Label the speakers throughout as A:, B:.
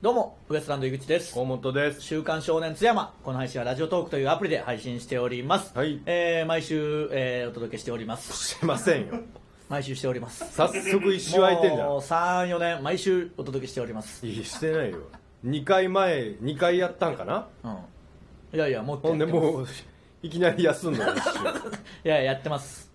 A: どうもウエストランド井口です
B: 河本です
A: 週刊少年津山この配信はラジオトークというアプリで配信しております、
B: はい
A: えー毎週、えーお届けしております
B: してませんよ
A: 毎週しております
B: 早速一周空いてんじゃ
A: もう34年毎週お届けしております
B: んいいしてないよ2回前2回やったんかな
A: うんいやいやもっとや
B: ほん
A: っ
B: で
A: てます
B: もういきなり休んだ一周
A: いやいややってます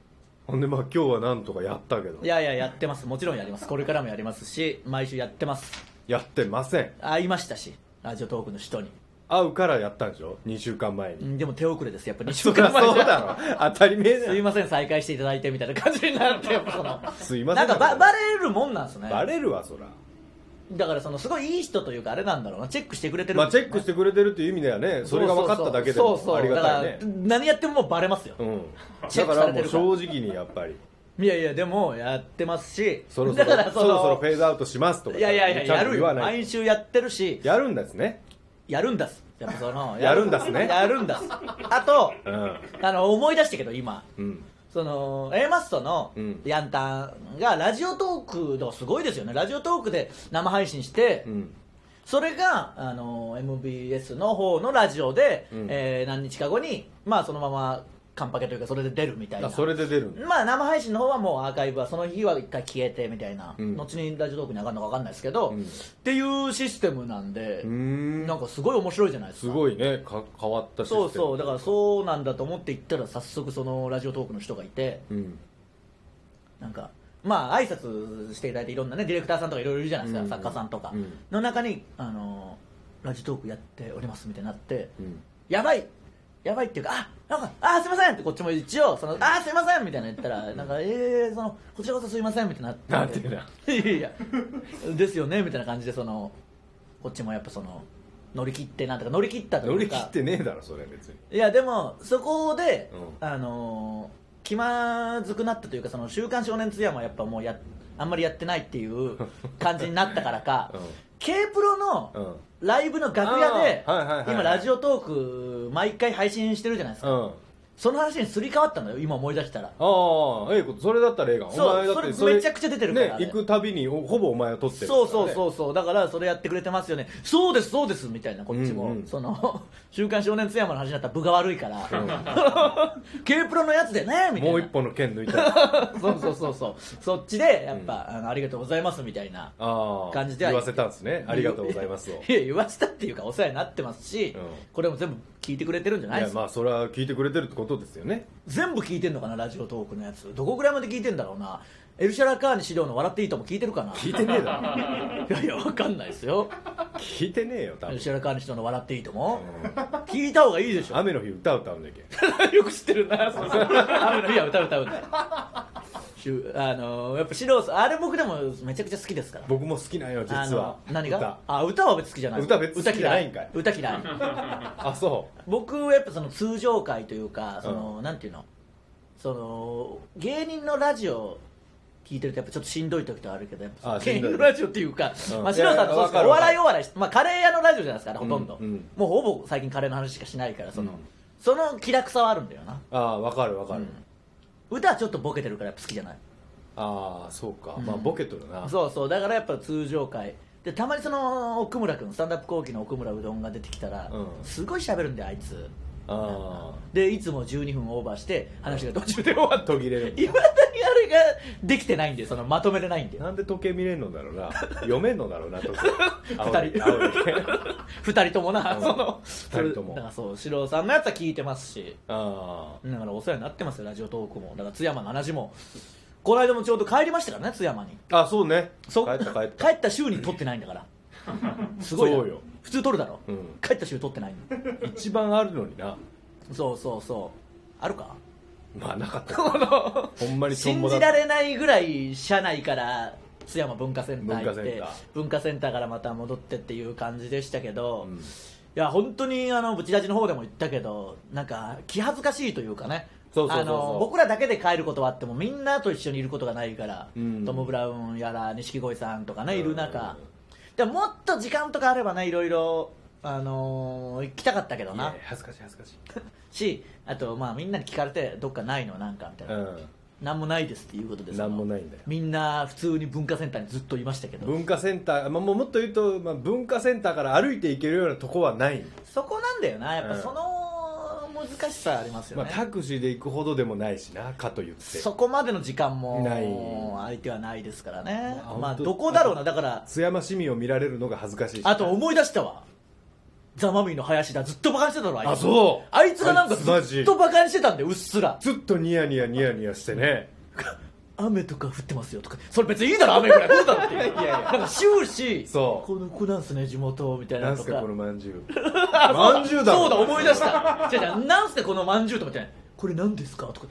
B: ほんでまあ今日はなんとかやったけど
A: いやいややってますもちろんやりますこれからもやりますし毎週やってます
B: やってません
A: 会いましたしラジオトークの人に
B: 会うからやったんでしょ2週間前
A: う
B: に
A: んでも手遅れですやっぱり
B: そりゃそうだろ当たり前だ
A: すい
B: よ
A: ません再開していただいてみたいな感じになるってやっぱその
B: すいま
A: な
B: せ
A: んんかばバレるもんなんですね
B: バレるわそら
A: だからそのすごいいい人というかあれなんだろうなチェックしてくれてる、
B: まあチェックしてくれてるっていう意味ではねそれが分かっただけで
A: そう
B: も
A: そうそう
B: ありがたいね
A: だから何やってももうバレますよ、
B: うん
A: チェ
B: だ
A: ックさ
B: から
A: れて
B: も
A: る
B: う
A: から
B: 正直にやっぱり
A: いやいやでもやってますし
B: そろそろ
A: だから
B: そ
A: その
B: ろそろフェードアウトしますとか
A: いやいやいや
B: ちゃ
A: や
B: んと
A: る
B: 言
A: よ
B: わない
A: 毎週やってるし
B: やるんですね
A: やるんだすやっぱその
B: やるんだすね
A: やるんだすあと
B: うん
A: あの思い出したけど今
B: うん
A: その A マストの
B: うん
A: ヤンタンがラジオトークのすごいですよねラジオトークで生配信して、
B: うん
A: それがあの MBS の方のラジオで、
B: うん
A: えー何日か後に、まあ、そのままカンパケというかそれで出るみたいな
B: あそれで出るんだ
A: まあ、生配信の方はもうアーカイブはその日は一回消えてみたいな、
B: うん
A: 後にラジオトークに上がるのか分かんないですけど、
B: う
A: っ
B: ん
A: ていうシステムなんで、
B: うーん
A: なんかすごい面白いじゃないです
B: す
A: か
B: ごいねか変わったシステム
A: そうそうだからそうなんだと思って行ったら早速そのラジオトークの人がいて
B: うん
A: なんかまあ挨拶していただいていろんなねディレクターさんとかいろいろいるじゃないですか、
B: うん
A: 作家さんとか、
B: うん
A: の中にあのラジオトークやっておりますみたいになって、
B: うん
A: やばいやばいっていうかあなんかあすいませんってこっちも一応そのあすいませんみたいなの言った らなんかえー、そのこちらこそすいませんみたいになって
B: なんてない
A: やいやですよねみたいな感じでそのこっちもやっぱその乗り切ってなんとか乗り切ったというか
B: 乗り切ってねえだろそれ別に
A: いやでもそこで、
B: う
A: あのー気まずくなったというかその週刊少年津山はやっぱもうやあんまりやってないって いう感じになったからか、
B: うん
A: K プロのライブの楽屋で、
B: あーはいはいはいはい
A: 今ラジオトーク毎回配信してるじゃないです
B: う
A: か、
B: ん
A: その話にすり替わったのよ今思い出したら
B: ああええことそれだったらええが
A: そう
B: お前だって
A: それめちゃくちゃ出てるから
B: ね
A: あれ
B: 行くたびにおほぼお前は撮ってるから
A: そう
B: ね
A: そうそうそうだからそれやってくれてますよねそうですそうですみたいなこっちも、
B: うんうん
A: その 週刊少年津山の話だったら分が悪いから、K プロのやつでねみたいな
B: もう一本の剣抜い たらあ
A: そうそうそうそうそっちでやっぱ、あのありがとうございますみたいな
B: あ
A: 感じでは
B: 言わせたんですねありがとうござい ますを
A: いや言わせたっていうかお世話になってますし、
B: うん
A: これも全部聞いてくれてるんじゃない
B: い
A: で
B: や
A: すか、
B: まあそれは聞いてくれてるってことですよね
A: 全部聞いてんのかなラジオトークのやつどこぐらいまで聞いてんだろうなエルシャラカーニ資料の「笑っていいとも聞いてるかな
B: 聞いてねえ だろ
A: いやいやわかんないですよ
B: 聞いてねえよ多
A: エ
B: 分
A: ルシャラカーニ資料の「笑っていいとも、聞いた方がいいで しょ
B: 雨の日歌歌うんだっけ
A: よく知ってるなその雨の日は歌う歌うんだしゅあのやっぱ資料さんあれ僕でもめちゃくちゃ好きですから
B: 僕も好きなんよ
A: あ
B: 実は
A: の何が
B: 歌
A: あ歌は別に好きじゃない
B: 歌別に好きじゃないんかい
A: 歌嫌い歌嫌い
B: あそ
A: 僕はやっぱその通常会というかその、
B: う
A: なんていうのその芸人のラジオ聞いてるとやっぱちょっとしんどい時とかあるけどやっぱ
B: あ
A: その芸
B: しんど
A: 人
B: い
A: のラジオっていうか、
B: うん
A: まあ、白さんとそうですけど
B: いやいやわか
A: お
B: るわかる
A: 笑いお笑いしまあ、カレー屋のラジオじゃないですか、ほとんど、
B: うんうん
A: もうほぼ最近カレーの話しかしないからその、
B: うん
A: その気楽さはあるんだよな
B: うああ分かる分かる、
A: うん歌はちょっとボケてるからやっぱ好きじゃない
B: ああそうか、
A: うん
B: まあボケとるな
A: そうそうだからやっぱ通常回でたまにその奥村君スタンダップ後期の奥村うどんが出てきたら、
B: うん
A: すごい喋るんだよあいつ
B: あ
A: でいつも12分オーバーして話が途中で終わ
B: あ
A: った
B: 途切れるんだ
A: いまだにあれができてないんでそのまとめれないんで
B: なんで時計見れんのだろうな読めんのだろうな時計青 い
A: 二人
B: 青い
A: 2人ともな、
B: うん
A: その
B: 二人とも
A: だからそう四郎さんのやつは聞いてますし
B: あ
A: だからお世話になってますよラジオトークもだから津山の話もこの間もちょうど帰りましたからね津山に
B: ああそうね
A: そ
B: 帰った帰った
A: 帰った週に撮ってないんだ からすごいな
B: そうよ
A: 普通撮るだろ、
B: うん
A: 帰った週撮ってないの
B: 一番あるのにな
A: そうそうそうあるか
B: まあなかっ た
A: この
B: ほんまにとん
A: 信
B: ぼだ
A: じ
B: った
A: られないぐらい社内から津山文化センター行って
B: 文化センター
A: 文化センターからまた戻ってっていう感じでしたけど、
B: うん
A: いや本当にあのブチラジの方でも言ったけどなんか気恥ずかしいというかね
B: そうそう
A: あ
B: そうそう
A: の僕らだけで帰ることはあってもみんなと一緒にいることがないから、
B: うん
A: トム・ブラウンやら錦鯉さんとかねいる中、
B: うん
A: でももっと時間とかあればねいろいろ、あのー行きたかったけど
B: いや
A: ない
B: や恥ずかしい恥ずかしい
A: しあとまあみんなに聞かれてどっかないのなんかみたいな、
B: うん
A: 何もないですっていうことです
B: 何もないんだよ
A: みんな普通に文化センターにずっといましたけど
B: 文化センター、まあ、もうもっと言うと、まあ、文化センターから歩いて行けるようなとこはない、
A: そこなんだよなやっぱ
B: うん
A: その難しさありますよ
B: ま
A: ね、
B: あ、タクシーで行くほどでもないしなかと言って
A: そこまでの時間も
B: な
A: 相手はないですからね
B: まあ
A: まあ
B: 本当
A: どこだろうなだから
B: 津山市民を見られるのが恥ずかしいし
A: あと思い出したわザ・マミィの林田ずっとバカにしてたろあいつ
B: あそう
A: あいつがなんか
B: あいつマジ
A: ずっとバカにしてたんでうっすら
B: ずっとニヤニヤニヤニヤしてね
A: 雨とか降ってますよとかそれ別にいいだろ雨ぐらい降るだろっていう
B: いやいや
A: なんか終始
B: そう
A: この子なんすね地元みたいな
B: な
A: の
B: ん
A: と
B: す
A: か
B: かこのまんじゅ うまんじゅうだろ
A: そうだ思い出した違う違うなんすかこのまんじゅうと思ってこれ何ですかとか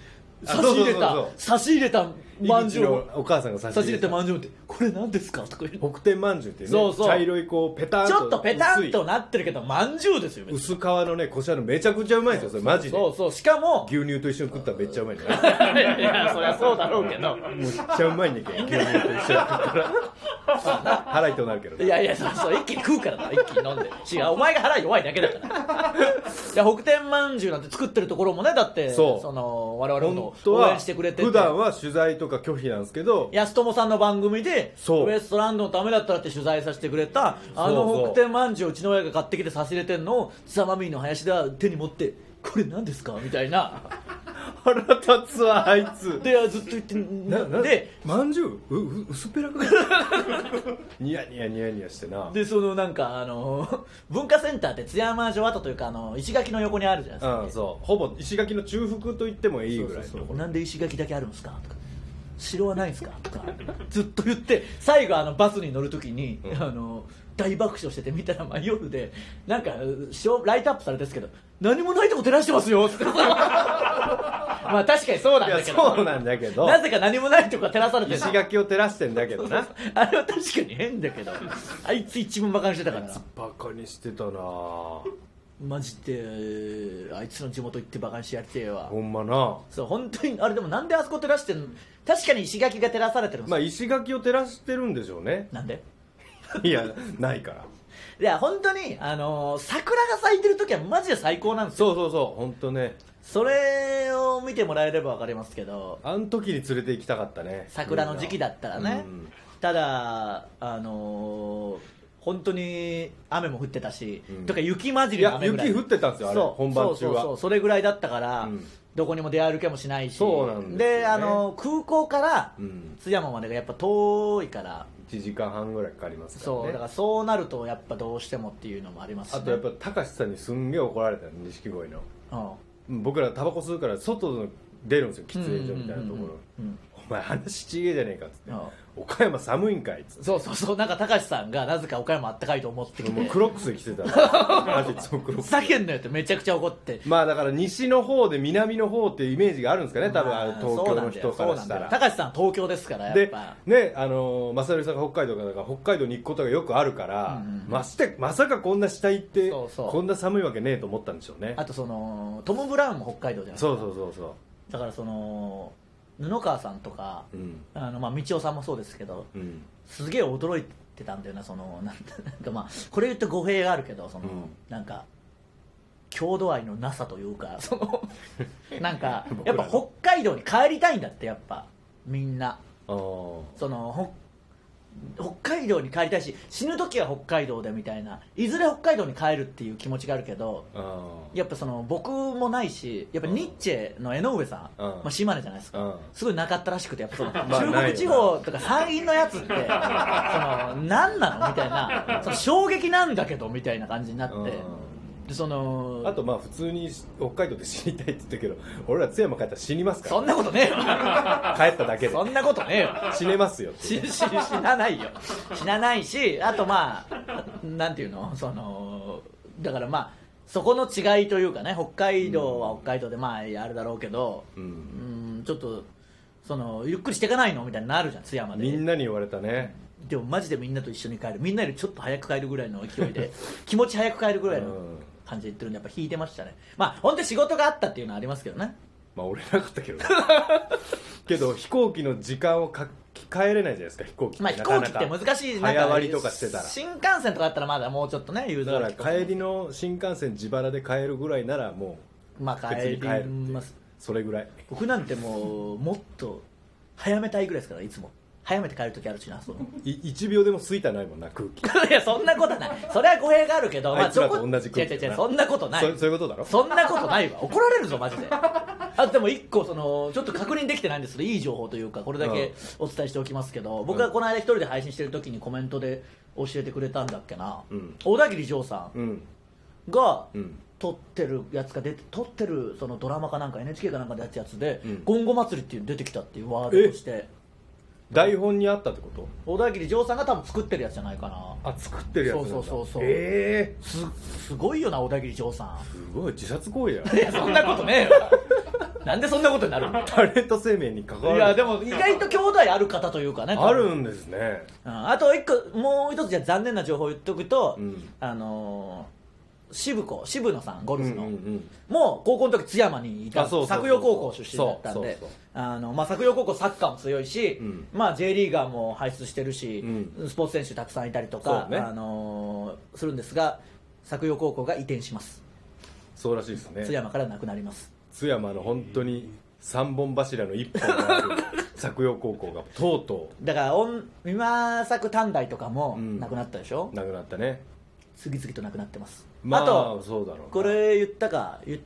B: あ
A: 差し入れ
B: そうそうそう
A: た
B: そう
A: 差し入れたまんじゅう
B: 井
A: を
B: 口のお母さんが差し
A: 差し入
B: 入れ
A: れ
B: た
A: たまんじゅうってこれ何ですかとか言って
B: 北天まんじゅうっていうね
A: そうそう
B: 茶色いこうペタン
A: ち
B: と
A: ょっとペタンと
B: 薄
A: なってるけどまんじゅうですよ
B: い薄皮のねこしあんのめちゃくちゃうまいんですよそれマジで
A: そうそうしかも
B: 牛乳と一緒に食ったらめっちゃうまいんだよ
A: いやいやそりゃそうだろうけど
B: めっちゃうまいんだけど牛乳と一緒に食っ たら腹痛くなるけど
A: いやいやそうそう一気に食うからな一気に飲んで違うお前が腹弱いだけだか らいや北天まんじゅうなんて作ってるところもねだって
B: そう
A: の我々の
B: 本
A: こと
B: 当
A: を応
B: は
A: 援してくれてて
B: 普段は取材とか拒否なんですけど
A: 安友さんの番組で
B: そう
A: ウエストランドのためだったらって取材させてくれたあ
B: そう
A: の
B: そう
A: 北天まんじゅうをうちの親が買ってきて差し入れてんのを津マミーの林では手に持ってこれ何ですかみたい な
B: 腹立つわあいつ
A: でずっと言って
B: なな
A: で
B: まんじゅううう薄っぺらくない ニヤニヤニヤニヤしてな
A: でそのなんかあの文化センターって津山城跡というかあの石垣の横にあるじゃないですか、
B: うん、そうほぼ石垣の中腹と言ってもいいぐらいのところ
A: なんで石垣だけあるんですかとか城はないんですかとかずっと言って最後あのバスに乗るときに、
B: うん
A: あの大爆笑してて見たらまあ夜でなんかう塩ライトアップされてるんですけど何もないとこ照らしてます よってまあ確かにそうなん
B: いや
A: だけ
B: そう
A: ど
B: なんだけど
A: なぜか何もないとこ照らされてる
B: 石垣を照らしてんだけどな
A: あれは確かに変だけ どあいつ一番バカにしてたからな
B: バカにして たな
A: マジであいつの地元行ってバカにしてやりてえわ
B: ほんまな
A: そう本当にあれでもなんであそこ照らしてんの確かに石垣が照らされてるんです
B: ま
A: よ、
B: あ石垣を照らしてるんでしょうね
A: なんで
B: いやないから
A: いや本当にあのー桜が咲いてる時はマジで最高なんですよ
B: そうそうそう本当ね
A: それを見てもらえれば分かりますけど
B: あの時に連れて行きたかったね
A: 桜の時期だったらね、
B: うん
A: ただあのー本当に雨も降ってたし、
B: うん
A: とか雪混じりの雨ぐらい
B: いや雪降ってたんですよあれ
A: そう
B: 本番中
A: そ
B: は
A: うそうそうそれぐらいだったから、
B: うん
A: どこにも出歩けもしないし
B: そうなんですよね
A: あのー空港から
B: うん
A: 津山までがやっぱ遠いから
B: 1時間半ぐらいかかりますからね
A: そうだからそうなるとやっぱどうしてもっていうのもありますし、ね、
B: あとやっぱたかしさんにすんげえ怒られたの錦鯉の
A: うん
B: うん僕らタバコ吸うから外の出るんですよ喫煙所みたい
A: う
B: なと
A: んうん
B: こ
A: うん
B: ろ
A: うん
B: お前話ちげえじゃねえかっつって
A: ああ
B: 岡山寒いんかいっつっ
A: そうそうそうなんか高橋さんがなぜか岡山あったかいと思って
B: て
A: き
B: もう
A: て
B: クロックス着てたのマジでそうクロ
A: ふ
B: ックス
A: ざけんなよってめちゃくちゃ怒って
B: まあだから西の方で南の方っていうイメージがあるんですかね多分
A: ま
B: あ
A: あ
B: の東京の人からした
A: そうなんだよそうなんだよ
B: ら
A: 高橋さん東京ですからやっ
B: で
A: ぱ
B: ねあのー正則さんが北海道からだから北海道に行くことがよくあるから、
A: うんうん
B: ましてまさかこんな下行って
A: そうそう
B: こんな寒いわけねえと思ったんでしょうね
A: あとそのトム・ブラウンも北海道じゃないですか
B: そうそうそうそ
A: だからその布川さんとか
B: ううん
A: あのまあ道夫さんもそうですけど
B: うん
A: すげえ驚いてたんだよなその なんてなんかまあこれ言うと語弊があるけどその、
B: うん
A: なんか郷土愛のなさというか そ のなんか
B: 僕
A: や
B: ら
A: っ
B: の
A: ぱ北海道に帰りたいんだってやっぱみんな
B: あー
A: そのほ北海道に帰りたいし死ぬ時は北海道でみたいないずれ北海道に帰るっていう気持ちがあるけど
B: あ
A: やっぱその僕もないしやっぱニッチェの江上さん、
B: うん
A: まあ、島根じゃないですか、
B: うん
A: すごいなかったらしくてやっぱそ の
B: あ
A: 中
B: ないよ
A: 国
B: な
A: 地方とか山陰のやつって その何なのみたいなその衝撃なんだけどみたいな感じになって、
B: うん
A: でその
B: あとまあ普通に北海道で死にたいって言ったけど 俺ら津山帰ったら死にますか
A: そんなことねえ
B: ら
A: わ
B: 帰っただけで
A: そんなことねえわ
B: 死ねますよって
A: しし死なないよ死なないしあとまあなんていうのそのだからまあそこの違いというかね北海道は北海道でまああるだろうけど、
B: う
A: うんんちょっとそのゆっくりしていかないのみたいになるじゃん津山で
B: みんなに言われたね
A: でもマジでみんなと一緒に帰るみんなよりちょっと早く帰るぐらいの勢い で気持ち早く帰るぐらいの
B: うん
A: 感じで言ってるんでやっぱ引いてましたねまあ本当に仕事があったっていうのはありますけどね
B: まあ俺なかったけどね けど飛行機の時間をか変えれないじゃないですか飛行機
A: まあ飛行機って難しいなんか
B: 早割りとかしてたら
A: 新幹線とかあったらまだもうちょっとね融通が利
B: だ
A: く
B: から帰りの新幹線自腹で帰るぐらいならも
A: ま
B: う
A: あ帰
B: 別に帰るって
A: り
B: いう
A: ます
B: それぐらい
A: 僕なんてもうもっと早めたいぐらいですからいつも早めて帰る時あるしなその
B: い1秒でもついたないもんな空気
A: いやそんなことないそれは語弊があるけど、
B: あいつら
A: どこと
B: 同じ空気
A: 違う違う違う
B: だな
A: そんなことない
B: そそういうことだろ
A: そんなことないわ怒られるぞマジであでも一個そのちょっと確認できてないんですけどいい情報というかこれだけお伝えしておきますけど、僕がこの間一人で配信してる時にコメントで教えてくれたんだっけな、
B: うん
A: 小田切丈さ
B: うん
A: んが、
B: うん
A: 撮ってるやつが出て撮ってるそのドラマかなんか NHK かなんかでやったやつで「
B: うん
A: ゴンゴ祭り」っていうの出てきたっていうワードとして
B: 台本にあったってこと
A: 小田切丈さんが多分作ってるやつじゃないかな
B: あ作ってるやつなんだ
A: そうそうそうそう
B: ええ
A: すすごいよな小田切丈さ
B: すごい自殺行為や
A: ん いやそんなことねえよなんでそんなことになるの
B: タレント生命に関わる
A: いやでも意外と兄弟ある方というかね
B: あるんですね
A: うんあと一個もう一つじゃあ残念な情報を言っとくと、
B: うん
A: あのー渋子渋野さんゴルフの、
B: うんうんうん
A: もう高校の時津山にいた
B: あそうそうそう
A: 作陽高校出身だったんで
B: そうそう
A: あのまあ作陽高校サッカーも強いし、
B: うん
A: まあ、J リーガーも輩出してるし、
B: う
A: スポーツ選手たくさんいたりとか、
B: そうね
A: あのーするんですが作陽高校が移転します
B: そうらしいですね
A: 津山からなくなります
B: 津山の本当に三本柱の一本があ る作陽高校がとうと
A: だから御今作短大とかも
B: うん
A: なくなったでしょ、
B: うなくなったね
A: 次々となくなってます、
B: まあ
A: あと
B: そうだろうな
A: これ言ったか言っ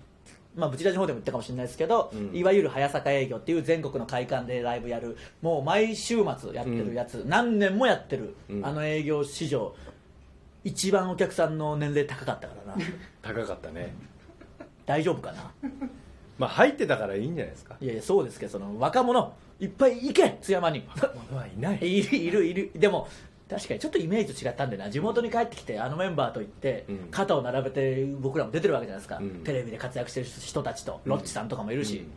A: まあ、ブチラジの方でも言ったかもしれないですけど、
B: うん
A: いわゆる早坂営業っていう全国の会館でライブやるもう毎週末やってるやつ、何年もやってる、
B: うん
A: あの営業史上一番お客さんの年齢高かったからな
B: 高かったね
A: 大丈夫かな
B: まあ入ってたからいいんじゃないですか
A: いやいやそうですけどその若者いっぱい行け津山に
B: 物はいない
A: るいるいるでも確かにちょっとイメージと違ったんでな地元に帰ってきてあのメンバーと行って、
B: うん
A: 肩を並べて僕らも出てるわけじゃないですか、
B: うん
A: テレビで活躍してる人たちと、ロッチさんとかもいるし、
B: うん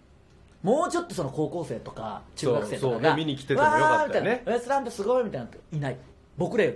A: もうちょっとその高校生とか中学生とか
B: そうそうね
A: が
B: 見に来ててもよかったよね
A: わーみいなウエストランドすごいみたいなのいない僕らよ